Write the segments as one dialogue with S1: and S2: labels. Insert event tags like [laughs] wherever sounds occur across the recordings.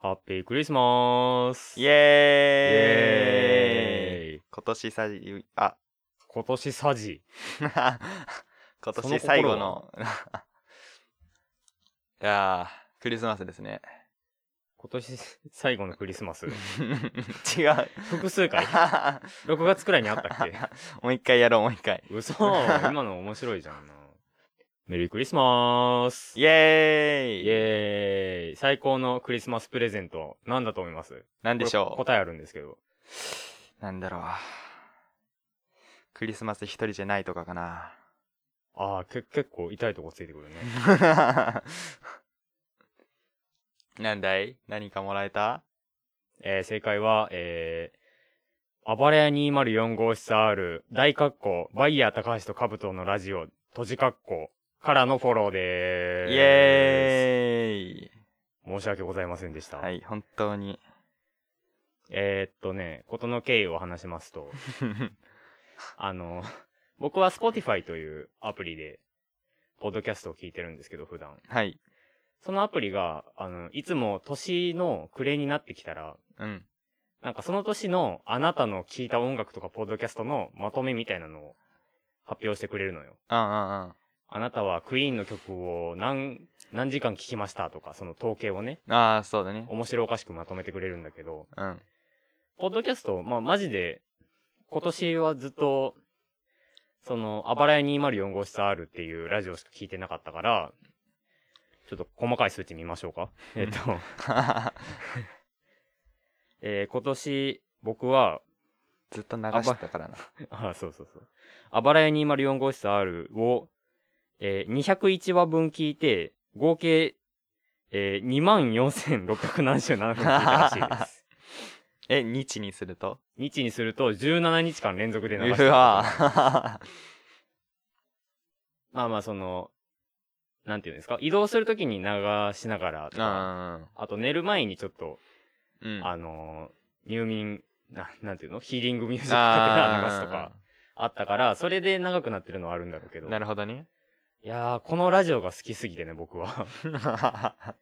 S1: ハッピークリスマス
S2: イ
S1: イ
S2: エー
S1: エ
S2: イ
S1: ーイ
S2: 今年最、あ、 [laughs]
S1: 今年サジ。
S2: 今
S1: その
S2: 年
S1: 心
S2: 最後の。 [laughs] いやー、クリスマスですね。
S1: 今年最後のクリスマス。
S2: [laughs] 違う。
S1: 複数回 ?6 月くらいにあったっけ
S2: [laughs] もう一回やろう、もう一回。
S1: 嘘今の面白いじゃんな。メリークリスマス
S2: イエーイ
S1: イエーイ最高のクリスマスプレゼント、なんだと思います
S2: なんでし
S1: これ
S2: ょ
S1: 答えあるんですけど。
S2: うなんだろう。クリスマス一人じゃないとかかな。
S1: ああ、け結構痛いとこついてくるね。
S2: [laughs] なんだい何かもらえた
S1: えー正解は、えー、暴れ屋204号室 R、大括弧、バイヤー高橋とカブトのラジオ、閉じ括弧からのフォローで
S2: イ
S1: ーす。
S2: エーイ
S1: 申し訳ございませんでした。
S2: はい、本当に。
S1: えー、っとね、ことの経緯を話します
S2: [laughs]
S1: と、あの、僕は Spotify というアプリで、ポッドキャストを聞いてるんですけど、普段。
S2: はい。
S1: そのアプリが、あの、いつも年の暮れになってきたら、
S2: うん。
S1: なんかその年のあなたの聴いた音楽とかポッドキャストのまとめみたいなのを発表してくれるのよ。
S2: うんうんうん。
S1: あなたはクイーンの曲を何、何時間聴きましたとか、その統計をね、
S2: ああ、そうだね。
S1: 面白おかしくまとめてくれるんだけど、
S2: うん。 [laughs]
S1: ポッドキャスト、まあマジで、今年はずっと、その、あばらや204号室 R っていうラジオしか聞いてなかったから、ちょっと細かい数値見ましょうか。えっと、えー今年、僕は、
S2: ずっと流してたからな。
S1: あそうそうそう。あばらや204号室 R を、えー、201話分聞いて、合計、えー、24,677分聞いたらしい
S2: [laughs]
S1: です。
S2: え、日にすると
S1: 日にすると17日間連続で
S2: う
S1: 流してる
S2: わ
S1: まあまあその、なんていうんですか、移動するときに流しなが [laughs] らとか、
S2: うん。
S1: あと寝る前にちょっと、
S2: うん。
S1: あのー入眠、ななんていうのヒーリングミュージック
S2: あ
S1: かけ
S2: ー
S1: て流すとか。あったから、それで長くなってるのはあるんだろうけど。
S2: なるほどね。 [laughs]
S1: いやー、このラジオが好きすぎてね、僕は。
S2: ね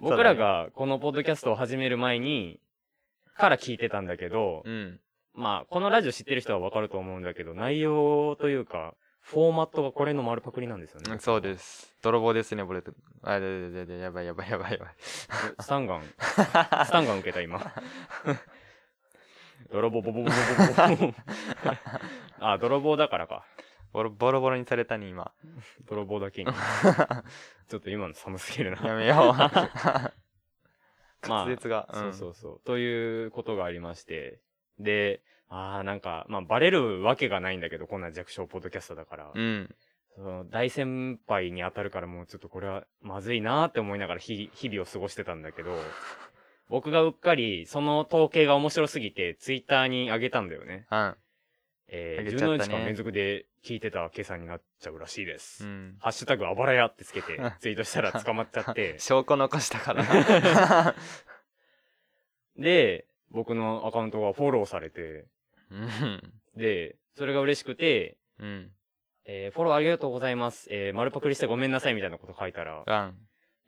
S1: 僕らがこのポッドキャストを始める前に、から聞いてたんだけど、
S2: うん。
S1: まあ、このラジオ知ってる人はわかると思うんだけど、内容というか、フォーマットがこれの丸パクリなんですよね。
S2: そうです。泥棒ですね、ボレット。あれでででやばいやばいやばいやばい。
S1: スタンガン、スタンガン受けた今。 [laughs] 泥棒ボボボボボボボ。あ、泥棒だからか。
S2: ボロボロボロにされたね、今。 [laughs]
S1: 泥棒だけに。ちょっと今の寒すぎる
S2: や
S1: な。[laughs]
S2: めよう。
S1: まあ
S2: 滑舌が。
S1: そうそううそう。ということがありまして。で、ああ、なんか、まあ、バレるわけがないんだけど、こんな弱小ポッドキャストだから。
S2: ん。うん。
S1: その大先輩に当たるからもうちょっとこれはまずいなーって思いながら日日々を過ごしてたんだけど、僕がうっかりその統計が面白すぎてツイッターに上げたんだよね。
S2: うん。
S1: え
S2: 上
S1: ー、
S2: げちゃっ
S1: 17
S2: たね
S1: 日間連続で聞いてた計算になっちゃうらしいです。
S2: うん。
S1: ハッシュタグあばらやってつけて
S2: [laughs]
S1: ツイートしたら捕まっちゃって、
S2: 証拠残し
S1: [laughs]
S2: たから。
S1: で、僕のアカウントがフォローされて、
S2: うん。
S1: で、それが嬉しくて、
S2: うん。
S1: えー、フォローありがとうございます。えー、丸パクリしてごめんなさいみたいなこと書いたら、
S2: うん。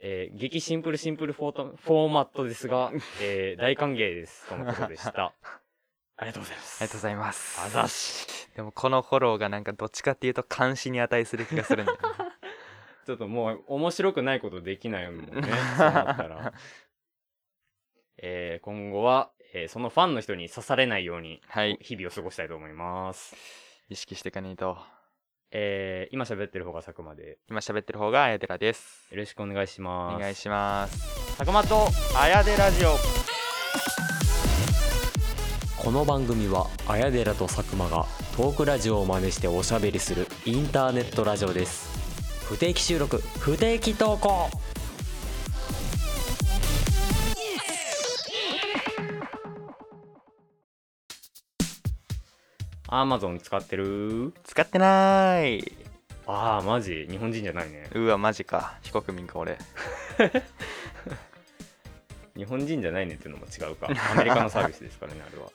S1: えー激シンプルシンプルフォートフォーマットですが、えー大歓迎です。とのことでした。 [laughs] ありがとうございます。
S2: ありがとうございます。
S1: あざし。
S2: でもこのフォローがなんかどっちかっていうと監視に値する気がするんだよね
S1: ちょっともう面白くないことできない [laughs] もんね。そうなったら。えー今後は、えーそのファンの人に刺されないように、
S2: はい
S1: 日々を過ごしたいと思います。
S2: 意識していかねえと
S1: えー今喋ってる方が佐久間で、
S2: 今喋ってる方があやでらです
S1: よろしくお願いします。
S2: お願いします
S1: 佐久間と、あやでラジオ。
S3: この番組は綾寺と佐久間がトークラジオを真似しておしゃべりするインターネットラジオです不定期収録不定期投稿
S1: アマゾン使ってる
S2: 使ってなーい
S1: ああ、マジ日本人じゃないね。
S2: うわマジか非国民か俺
S1: 日本人じゃないねっていうのも違うかアメリカのサービスですからね
S3: [laughs]
S1: あれは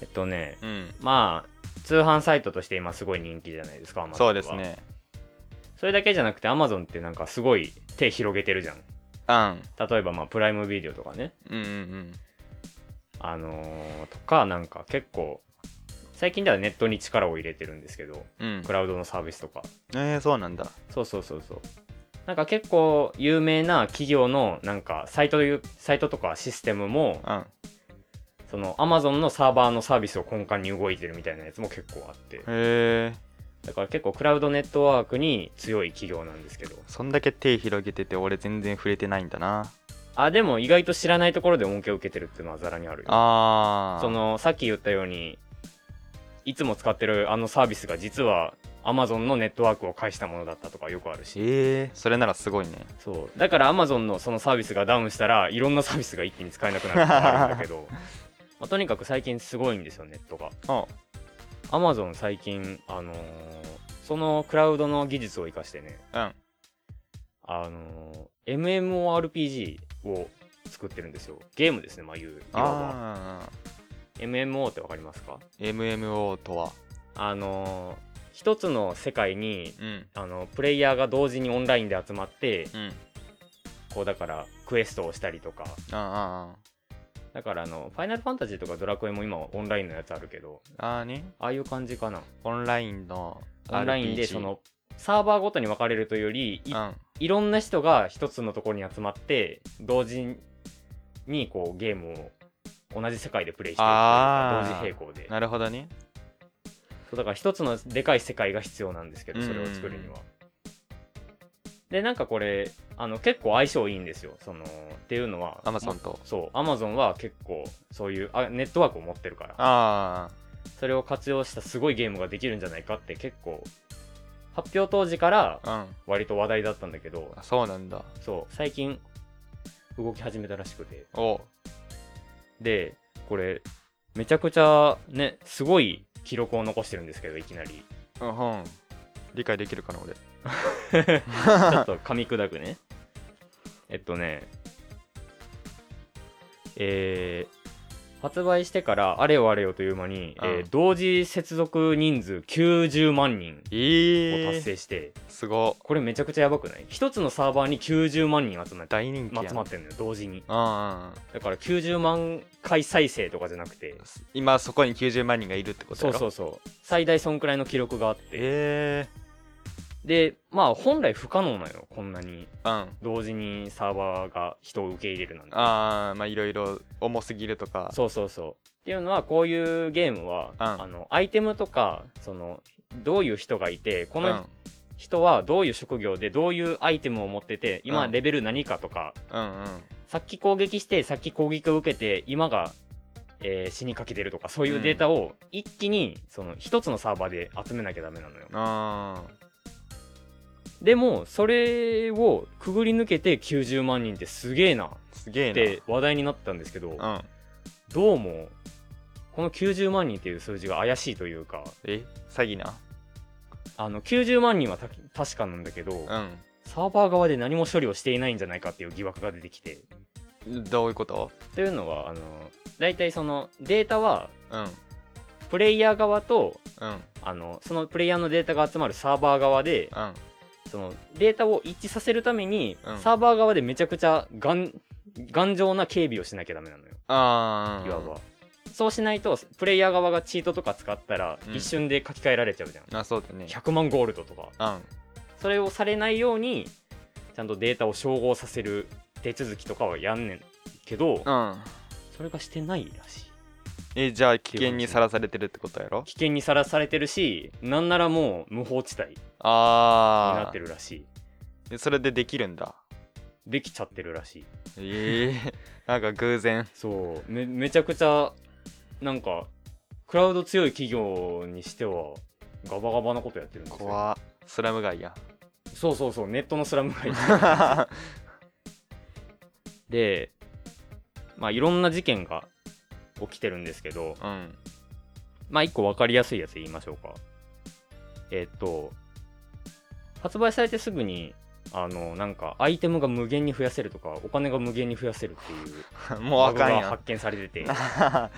S1: えっとね
S2: うん
S1: まあ通販サイトとして今すごい人気じゃないですか Amazon は
S2: そうですね
S1: それだけじゃなくて Amazon ってなんかすごい手広げてるじゃん
S2: あん。
S1: 例えばまあプライムビデオとかね
S2: うんうんうん。
S1: あのーとかなんか結構最近ではネットに力を入れてるんですけど
S2: うん
S1: ク。ラウドのサービスとか
S2: えー、そうなんだ。
S1: そうそうそうそうなんか結構有名な企業のなんかサイトというサイトとかシステムも
S2: うん。
S1: その Amazon のサーバーのサービスを根幹に動いてるみたいなやつも結構あって
S2: へえ。
S1: だから結構クラウドネットワークに強い企業なんですけど
S2: そんだけ手広げてて、俺全然触れてないんだな。
S1: あでも意外と知らないところで恩恵を受けてるっていうのはざらにあるよ
S2: ああ。
S1: そ。のさっき言ったようにいつも使ってるあのサービスが実は Amazon のネットワークを介したものだったとかよくあるし
S2: ええそれならすごいね。
S1: そうだから Amazon のそのサービスがダウンしたらいろんなサービスが一気に使えなくなるってあるんだけ [laughs] ど、まあとにかく最近すごいんですよネットが
S2: あ
S1: Amazon 最近あのーそのクラウドの技術を生かしてね
S2: うん。
S1: あのー MMORPG を作ってるんですよゲームですねまあ言ういわば
S2: ああ。
S1: MMO ってわかりますか
S2: MMO とは。
S1: あのー一つの世界に
S2: うん。
S1: あのプレイヤーが同時にオンラインで集まって
S2: うん。
S1: こうだからクエストをしたりとか
S2: ああ。
S1: だからあの「ファイナルファンタジー」とか「ドラクエ」も今オンラインのやつあるけど
S2: ああああね。
S1: ああいう感じかな
S2: オンラインの RPG。
S1: オンラインでそのサーバーごとに分かれるというより
S2: う
S1: い
S2: ん。あ
S1: いろんな人が一つのところに集まって同時にこうゲームを同じ世界でプレイしてるというか
S2: あ
S1: 同
S2: ー
S1: 時並行で
S2: なるほどね。
S1: そうだから一つのでかい世界が必要なんですけどそれを作るには。でなんかこれあの結構相性いいんですよそのっていうのは
S2: Amazon と。
S1: そう Amazon は結構そういうあネットワークを持ってるから
S2: あ
S1: それを活用したすごいゲームができるんじゃないかって結構発表当時から
S2: あ。うん。
S1: 割と話題だったんだけど
S2: あそうなんだ。
S1: そう最近動き始めたらしくて
S2: おう
S1: でこれめちゃくちゃねすごい記録を残してるんですけどいきなり
S2: うんうん。理解できるかな、俺。
S1: ちょっと噛み砕くね。えっとね、えー発売してからあれよあれよという間に、えー
S2: うん
S1: 同時接続人数90万人を
S2: ええ
S1: 達成して、
S2: すご
S1: これめちゃくちゃやばくない一つのサーバーに90万人集まって
S2: 大人気やん
S1: 集まってんのよ同時に
S2: うんうん
S1: だから90万回再生とかじゃなくて
S2: 今そこに90万人がいるってこと
S1: そ
S2: や
S1: う
S2: ろ
S1: そううそう最大そんくらいの記録があって
S2: え
S1: でまあ本来不可能なよこんなに
S2: えうん
S1: 同時にサーバーが人を受け入れるなんて
S2: ああまあいろいろ重すぎるとか
S1: そうそうそう。っていうのはこういうゲームは、
S2: うん
S1: あのアイテムとかそのどういう人がいてこ
S2: う
S1: の
S2: ん
S1: 人はどういう職業でどういうアイテムを持ってて今
S2: うん
S1: レベル何かとか、
S2: うんうん
S1: さっき攻撃してさっき攻撃を受けて今が、えー死にかけてるとかそういうデータを一気にその一つのサーバーで集めなきゃダメなのよ。
S2: あ
S1: でもそれをくぐり抜けて90万人ってすげえなっ
S2: ーすげえな
S1: て話題になったんですけど、
S2: うん
S1: どうもこの90万人っていう数字が怪しいというか
S2: え詐欺な
S1: あの90万人はた確かなんだけど、サーバー側で何も処理をしていないんじゃないかっていう疑惑が出てきて
S2: うんどういうこと
S1: というのはあの大体そのデータは
S2: うんうん
S1: プレイヤー側と
S2: うん
S1: あのそのプレイヤーのデータが集まるサーバー側でそのデータを一致させるために、
S2: うん
S1: サーバー側でめちゃくちゃ頑頑丈な警備をしなきゃダメなのよ
S2: ああ
S1: いわば。そうしないとプレイヤー側がチートとか使ったら
S2: うん
S1: 一瞬で書き換えられちゃうじゃん、
S2: あそうだね
S1: 100万ゴールドとか
S2: うん
S1: それをされないようにちゃんとデータを照合させる手続きとかはやんねんけど
S2: うん
S1: それがしてないらしい
S2: えじゃあ危険にさらされてるってことやろ
S1: 危険にさらされてるしなんならもう無法地帯にな
S2: あ
S1: ってるらしい
S2: あでそれでできるんだ
S1: できちゃってるらしい [laughs]
S2: ええなんか偶然
S1: そうめめちゃくちゃなんかクラウド強い企業にしてはガバガバなことやってるんですよ
S2: 怖っスラム
S1: [laughs]
S2: 街や
S1: そうそうそうネットのスラム街でまあいろんな事件が起きてるんですけど、
S2: うん
S1: まあ、一個分かりやすいやつ言いましょうか。えーっと、発売されてすぐに、あの、なんか、アイテムが無限に増やせるとか、お金が無限に増やせるっていう、
S2: [laughs] [laughs] もうあかん
S1: バグが
S2: やん
S1: 発見されてて。
S2: あ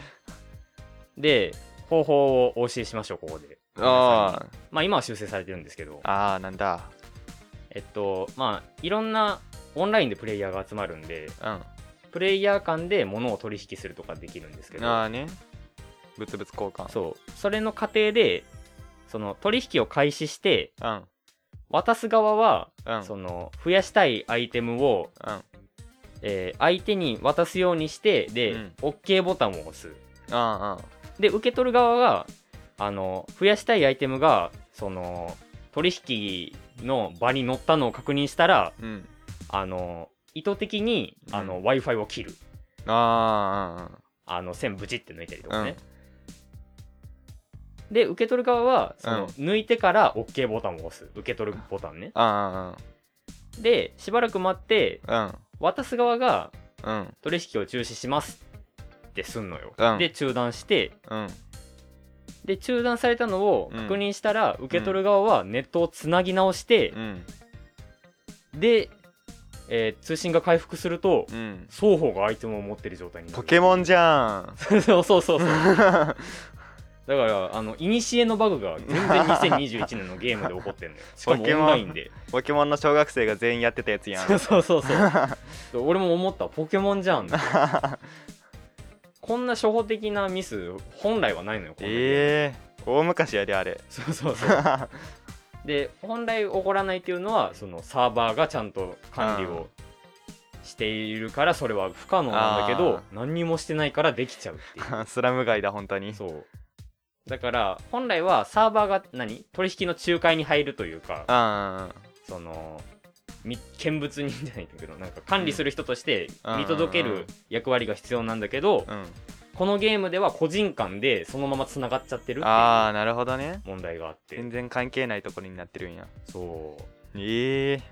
S1: で、方法をお教えしましょう、ここで。
S2: [laughs] あ
S1: まあ、今は修正されてるんですけど、
S2: ああなんだ
S1: えっと、まあ、いろんなオンラインでプレイヤーが集まるんで、
S2: うん。
S1: プレイヤー間で物を取引するとかできるんですけど、
S2: ああね。物々交換。
S1: そう。それの過程で、その取引を開始して、
S2: うん。
S1: 渡す側は、
S2: うん。
S1: その増やしたいアイテムを、
S2: うん。
S1: えー相手に渡すようにして、で、
S2: うん
S1: OK ボタンを押す。
S2: ああ、
S1: で、受け取る側が、あの、増やしたいアイテムが、その、取引の場に乗ったのを確認したら、
S2: うん。うん。
S1: あの、意図的に、あの、
S2: う
S1: Wi-Fi を切る。
S2: あ
S1: あの、線ブチって抜いたりと
S2: あ、うん。
S1: か
S2: う
S1: ね。。
S2: ん
S1: で、受け取る側は、その、
S2: うん
S1: 抜いてから OK ボタンを押す。受け取るボタンね。
S2: あ
S1: で、しばらく待って、
S2: あ、うん。
S1: 渡す側が
S2: うん。
S1: 取引を中止しますってすんのよ。
S2: うん
S1: で、中断して、
S2: うん。うん。
S1: で、中断されたのを確認したら、受け取る側はネットをつなぎ直して
S2: う、ん。
S1: で、えー通信が回復すると、
S2: うん。
S1: 双方がアイテムを持ってる状態になる。
S2: ポケモンじゃん。
S1: [laughs] そうそうそうそう。だから、あの、いにしえのバグが全然2021年のゲームで起こってん
S2: [laughs]
S1: のよ。しかもオンラインで。
S2: ポケモンの小学生が全員やってたやつや
S1: [laughs]
S2: ん。
S1: そうそうそうそう。俺も思った、ポケモンじゃ
S2: [laughs]
S1: ん。こんな初歩的なミス、本来はないのよ、こんなゲーム
S2: ええ大昔やであれ。 [laughs]
S1: そうそうそう。で、本来起こらないっていうのは、そのサーバーがちゃんと管理をしているから、それは不可能なんだけど
S2: あ、
S1: 何にもしてないからできちゃうっていう。
S2: スラム街だ、本当に。
S1: そう。だから、本来はサーバーが何取引の仲介に入るというか、
S2: あ
S1: その、み見物人じゃないんだけど、なんか管理する人として
S2: うん
S1: 見届け
S2: うんうんう
S1: る
S2: ん
S1: 役割が必要なんだけど
S2: あ、、うん。
S1: このゲームでは個人間でそのままつながっちゃってるって
S2: ああ、
S1: いう
S2: なるほどね。
S1: 問題があって
S2: 全、然関係ないところになってるんや。
S1: そう。
S2: ええ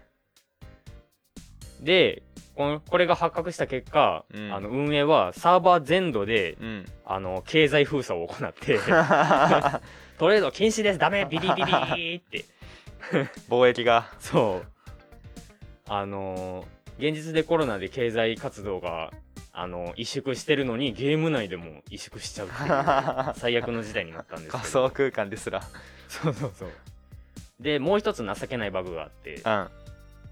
S1: でこのこれが発覚した結果、
S2: うん
S1: あの運営はサーバー全土で
S2: うん。
S1: あの経済封鎖を行って
S2: [laughs]
S1: トレード禁止ですダメビリビリって
S2: 貿易 [laughs] が。
S1: そうあのー現実でコロナで経済活動があの萎縮してるのにゲーム内でも萎縮しちゃうっ
S2: [laughs]
S1: ていう最悪の事態になったんですけど
S2: 仮想空間ですら。
S1: そうそうそうでもう一つ情けないバグがあって
S2: うん。あ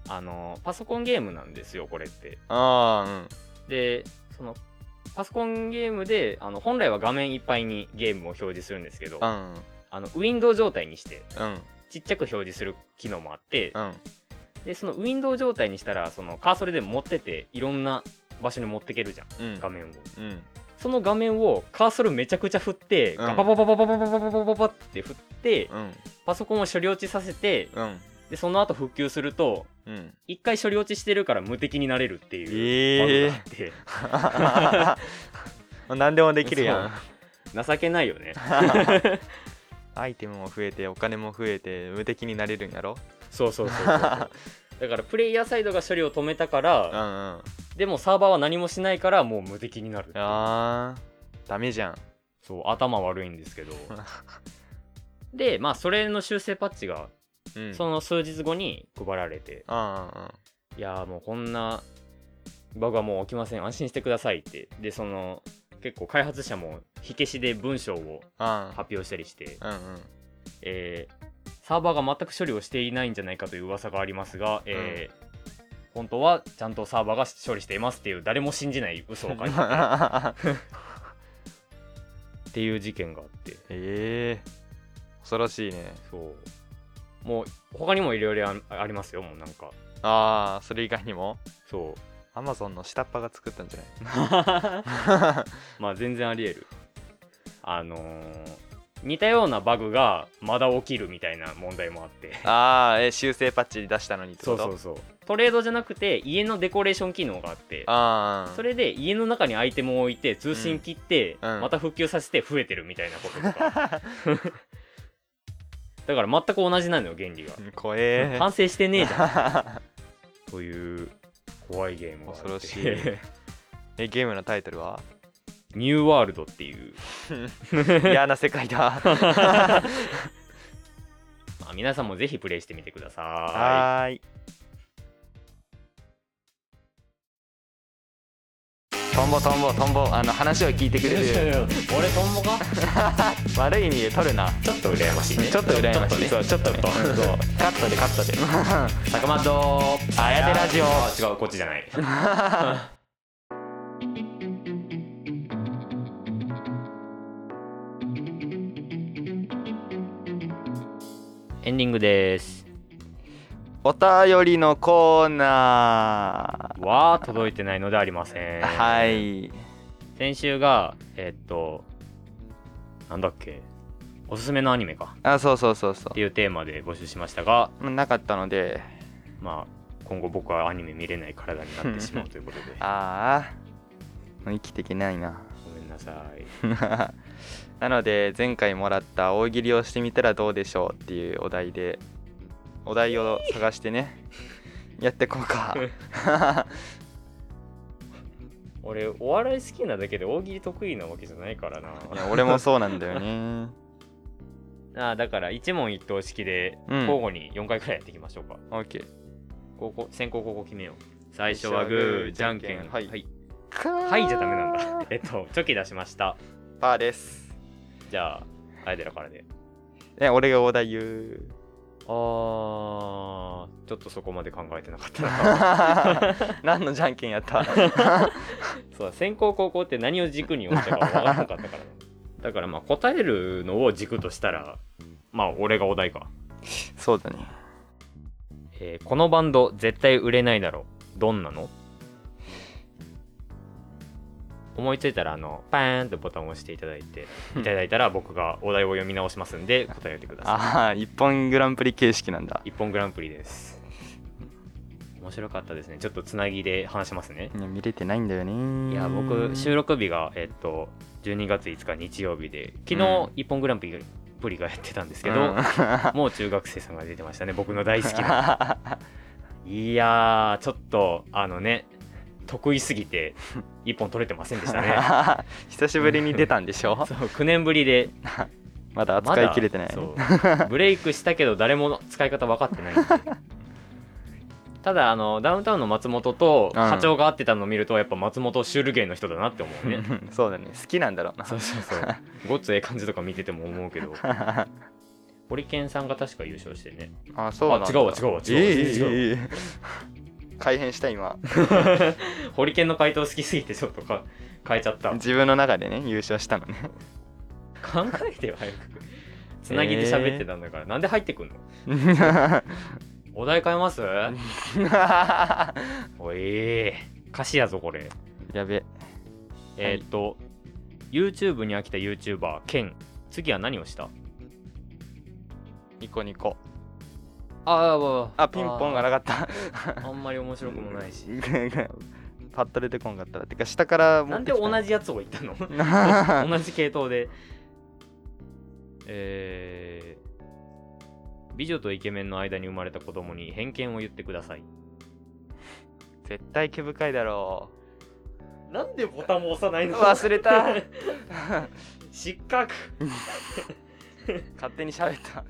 S1: あのーパソコンゲームなんですよこれって
S2: あ、
S1: でそのパソコンゲームであの本来は画面いっぱいにゲームを表示するんですけど
S2: うん。うん。
S1: あのウィンドウ状態にして
S2: うん。
S1: ちっちゃく表示する機能もあって
S2: うん。
S1: でそのウィンドウ状態にしたらそのカーソルで持ってていろんな場所に持ってけるじゃん
S2: うん。
S1: 画面を
S2: うん。
S1: その画面をカーソルめちゃくちゃ振って
S2: うん
S1: ガババババババババババババって振って
S2: うん。
S1: パソコンを処理落ちさせて
S2: うん。
S1: でその後復旧すると
S2: うん。
S1: 一回処理落ちしてるから無敵になれるっていうバ
S2: え
S1: グ
S2: え
S1: があって、
S2: [laughs] 何でもできるやん。
S1: 情けないよね
S2: アイテムも増えて、お金も増えて、無敵になれるんやろ
S1: そうそうそうそうだ
S2: [laughs]
S1: からプレイヤーサイドが処理を止めたか
S2: うんう
S1: ら、
S2: ん。あ
S1: でもサーバーは何もしないからもう無敵になるっていう
S2: あ、ダメじゃん。
S1: そう頭悪いんですけ
S2: [laughs]
S1: どでまあそれの修正パッチが
S2: うん。
S1: その数日後に配られて、
S2: うんうん
S1: いやーもうこんなバグはもう起きません安心してくださいってでその結構開発者も火消しで文章を
S2: うん。
S1: 発表したりして、
S2: うんうん。
S1: えーサーバーが全く処理をしていないんじゃないかという噂がありますが、えー本当はちゃんとサーバーが処理していますっていう誰も信じない嘘を書いてる [laughs] っていう事件があって
S2: [laughs] ええ恐ろしいね。
S1: そうもう他にもいろいろあありますよもうなんか
S2: ああ、それ以外にも
S1: そう [laughs]
S2: アマゾンの下っ端が作ったんじゃない
S1: [laughs] まあ全然ありえるあのー似たようなバグがまだ起きるみたいな問題もあって
S2: ああ、え修正パッチ出したのにって
S1: そ
S2: こ
S1: う
S2: と
S1: そうそうトレードじゃなくて家のデコレーション機能があって
S2: ああ、
S1: それで家の中にアイテムを置いて通信切って、
S2: うんうん
S1: また復旧させて増えてるみたいなことと
S2: [laughs]
S1: かだから全く同じなのよ原理が、
S2: うん怖え
S1: 反省してねえじ
S2: [laughs]
S1: ゃんという怖いゲームがあって
S2: 恐ろしいえ、ゲームのタイトルは
S1: [laughs] ニューワールドっていう、
S2: 嫌な世界
S1: [laughs]
S2: だ。
S1: まあ、皆さんもぜひプレイしてみてください
S2: はーい。トンボトンボトンボあの話を聞いてくれる
S1: 俺トンボか
S2: 悪い意味で取るな
S1: ちょっと羨ましいね
S2: ちょっと羨ましい
S1: ちょっとねそうちょっとと [laughs] そうカットでカットで佐久間とあ
S2: やでラジオ
S1: 違うこっちじゃない [laughs] エンディングです
S2: お便りのコーナ
S1: は届いてないのでありません
S2: ーはい
S1: 先週がえっとなんだっけおすすめのアニメか
S2: あそうそうそうそ
S1: っていうテーマで募集しましたが
S2: うなかったので
S1: まあ今後僕はアニメ見れない体になってしまうということで
S2: ああ生きていけないな
S1: ごめんなさい
S2: [laughs] なので前回もらった大喜利をしてみたらどうでしょうっていうお題でお題を探してねやってこ
S1: [laughs]
S2: うか
S1: 俺お笑い好きなだけで大喜利得意なわけじゃないから
S2: い
S1: な
S2: や俺もそうなんだよね
S1: ああだから一問一答式で
S2: うん
S1: 交互に4回くらいやっていきましょうか、
S2: オッケー
S1: ここ先行ここ決めよう最初はグーじゃんけん
S2: はい
S1: はい、はいじゃダメなんだ [laughs] えっとチョキ出しました
S2: パーです
S1: じゃああやでらからで
S2: え俺がお題言う
S1: あーちょっとそこまで考えてなかった [laughs] な
S2: [laughs] 何のじゃんけんやった
S1: そう先行後攻って何を軸に置いたか分からなかったからなだからまあ答えるのを軸としたらまあ俺がお題か、
S2: そうだね
S1: えーこのバンド絶対売れないだろうどんなの思いついたらあのパーンとボタンを押していただい
S2: [laughs]
S1: ていただいたら僕がお題を読み直しますんで答えてください
S2: ああ一本グランプリ形式なんだ
S1: 一本グランプリです面白かったですねちょっとつなぎで話しますね
S2: いや見れてないんだよね
S1: いや僕収録日がえっと12月5日日曜日で昨日一本グランプリプリがやってたんですけど、
S2: うん
S1: もう中学生さんが出てましたね僕の大好きないやーちょっとあのね得意すぎて
S2: [laughs]
S1: 一本取れてませんでしたね
S2: 久しぶりに出たんでしょ
S1: そう9年ぶりで
S2: まだ
S1: ま
S2: 扱
S1: だ
S2: いきれてない、
S1: そうブレイクしたけど誰も使い方分かって
S2: [laughs]
S1: ないんでただあのダウンタウンの松本と
S2: うん
S1: 波長が合ってたのを見るとやっぱ松本シュール芸の人だなって思うね
S2: [laughs] そうだね好きなんだろうな
S1: そうそうそうごっつええ感じとか見てても思うけどホリケンさんが確か優勝してね
S2: [laughs] あそうなんだ
S1: あ違うわ違うわ違うわ
S2: ええ
S1: 全然違
S2: ええええ改変した今
S1: ホリケンの回答好きすぎてちょっとか変えちゃった
S2: 自分の中でね優勝したのね
S1: 考えてよ早くつなぎで喋ってたんだから、なんで入ってくんのお題変えますおい歌詞やぞこれ
S2: [laughs] やべ
S1: えーっと、YouTube に飽きた YouTuber 兼次は何をした
S2: ニコニコ
S1: あー
S2: あピンポンがなかった
S1: あんまり面白くもないし
S2: [laughs] パッと出てこんかったらてか下から持
S1: な
S2: っ
S1: ん
S2: て
S1: で
S2: きた
S1: 同じやつを言ったの同じ系統でえー、美女とイケメンの間に生まれた子供に偏見を言ってください
S2: [laughs] 絶対毛深いだろ
S1: なんでボタンを押さないうの
S2: 忘
S1: [laughs]
S2: れた
S1: 失格
S2: 勝手に喋った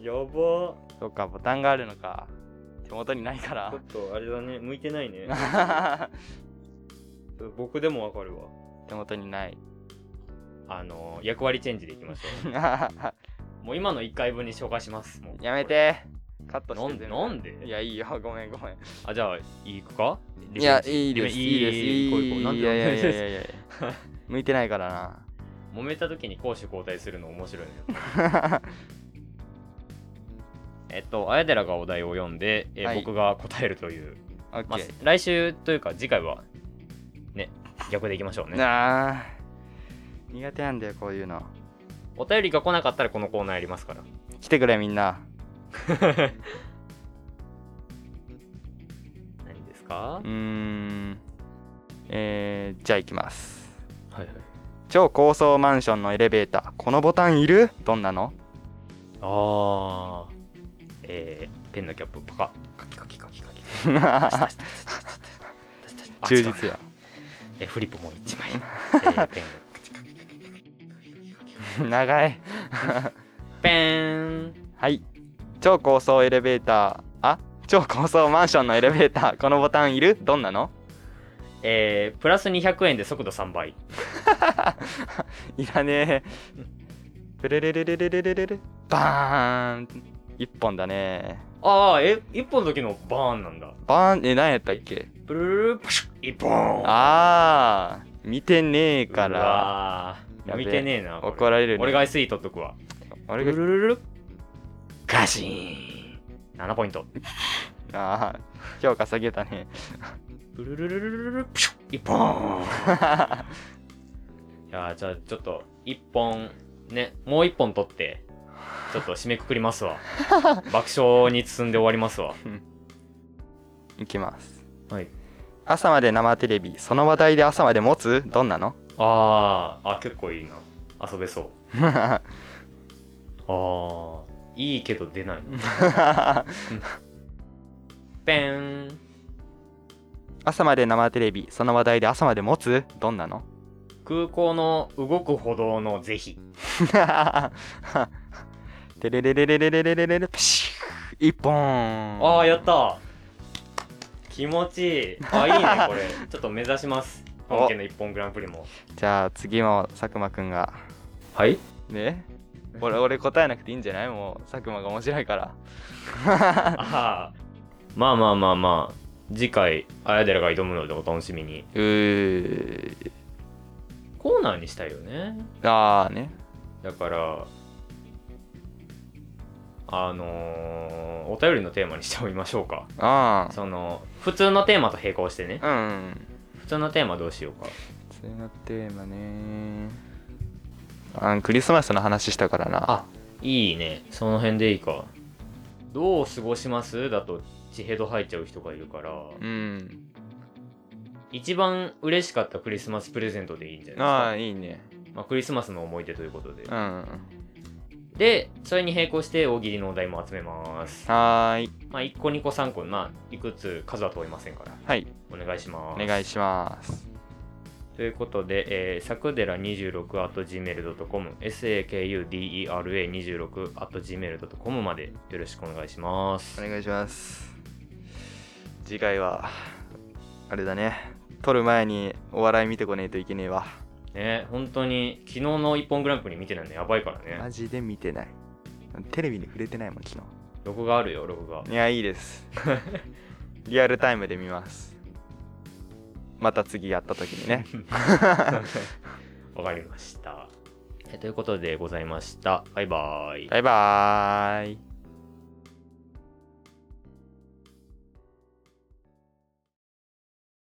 S1: やば
S2: そうかボタンがあるのか手元にないか
S1: ちょ
S2: ら
S1: っとあれだね向いてない
S2: [laughs]
S1: ね僕でもわかるわ
S2: [laughs] 手元にない
S1: あの役割チェンジでいきましょ
S2: [laughs]
S1: うもう今の1回分に紹介しますもう
S2: やめてカット
S1: な
S2: して
S1: ん
S2: 全
S1: で
S2: 部
S1: なんで
S2: いやいいよ [laughs] ごめんごめん
S1: あじゃあいくか
S2: いやい
S1: リ
S2: い
S1: ベ
S2: で
S1: ン
S2: す
S1: ジ
S2: いいです
S1: いいこういこうなん
S2: い
S1: で
S2: いやいやいやい
S1: なんで
S2: やいや向いてないからな
S1: [laughs] 揉めた時に攻守交代するの面白
S2: [laughs]
S1: いねえっと綾寺がお題を読んで、えー
S2: はい
S1: 僕が答えるという、
S2: オッ
S1: まあ
S2: ケ、
S1: 来週というか次回はね逆でいきましょう
S2: ー
S1: ね
S2: なあ苦手なんだよこういうの
S1: お便りが来なかったらこのコーナーやりますから
S2: 来てくれみんな
S1: 何ですか
S2: うーんえー、じゃあ行きます
S1: はいはい
S2: 超高層マンションのエレベーターこのボタンいるどんなの [laughs]
S1: ああえー、ペンのキャップパカカキカキカキカキあ
S2: 忠
S1: 違う
S2: 実や
S1: えフリップもう一枚、えーペン
S2: 長い
S1: ペーン
S2: はい超高層エレベーターあ超高層マンションのエレベーターこのボタンいるどんなの
S1: えー、プラス200円で速度3倍。
S2: いらねえ。プレレレレレレレレレ。バーン一本だね。
S1: ああ、え、1本の時のバーンなんだ。
S2: バーンえ、何やったっけ
S1: ブルルルパシュッ、1本
S2: あー、見てねえ
S1: ー
S2: から。やべえ
S1: 見てねえな。これ
S2: 怒られるね
S1: 俺が SE 取っとくわ。
S2: あ
S1: ブ
S2: れ
S1: ル
S2: が、
S1: ルルルガシーン !7 ポイント。
S2: あー、評価下げたね。
S1: ブルルルルルルルプシュッ、1本 [laughs] いやーじゃあちょっと、1本、ね、もう1本取って、ちょっと締めくくります [laughs] わ。爆笑に包んで終わりますわ。
S2: いきます。
S1: はい。
S2: 朝まで生テレビ、その話題で朝まで持つどんなの [laughs]
S1: あー、あ、結構いいな。遊べそう。
S2: あ
S1: あー、いいけど出ない。
S2: ー
S1: ペーン。
S2: 朝まで生テレビ、その話題で朝まで持つどんなの
S1: 空港の動く歩道の是非。
S2: てれれれれれれれれれれ、プシュー一本。
S1: ああ、やった気持ちいい。あ、いいね、 [laughs] これ。ちょっと目指します。
S2: お
S1: 本家の一本グランプリも。
S2: じゃあ次も佐久間くんが
S1: はい
S2: ね俺俺答えなくていいんじゃないもう佐久間が面白いから
S1: ああ。 [laughs] まあまあまあまあ。次回、あやでらが挑むのでお楽しみに。
S2: うー
S1: コーナーにしたいよね。
S2: ああね
S1: だから、あのーお便りのテーマにしておりましょうか。
S2: ああ
S1: その、普通のテーマと並行してね。
S2: うん
S1: 普通のテーマどうしようか。
S2: それのテーマねあークリスマスの話したからな
S1: あいいねその辺でいいかどう過ごしますだと地ヘド入っちゃう人がいるから、
S2: うん
S1: 一番嬉しかったクリスマスプレゼントでいいんじゃ
S2: あ
S1: な
S2: あ
S1: いですか
S2: いいね
S1: まあ、クリスマスの思い出ということで、
S2: うんは
S1: でそれに並行して大喜利のお題も集めます
S2: ーい
S1: まあ1個2個3個まあいくつ数は問いませんから
S2: はい
S1: お願いしま
S2: お
S1: す
S2: 願いします
S1: ということで、えー、さくでら26 at gmail.com、sakudera26 at gmail.com までよろしくお願いします。
S2: お願いします次回はあれだね撮る前にお笑い見てこねえといけねえわ
S1: ね本当に昨日の「一本グランプリ」見てないのやばいから
S2: マ
S1: ね
S2: ジで見てないテレビに触れてないもん昨
S1: 録画あるよ録画
S2: [laughs] 日いやいいですリアルタイムで見ますまた次やった時に [laughs] ね
S1: わかりましたえということでございましたバイバイ
S2: バイバーイ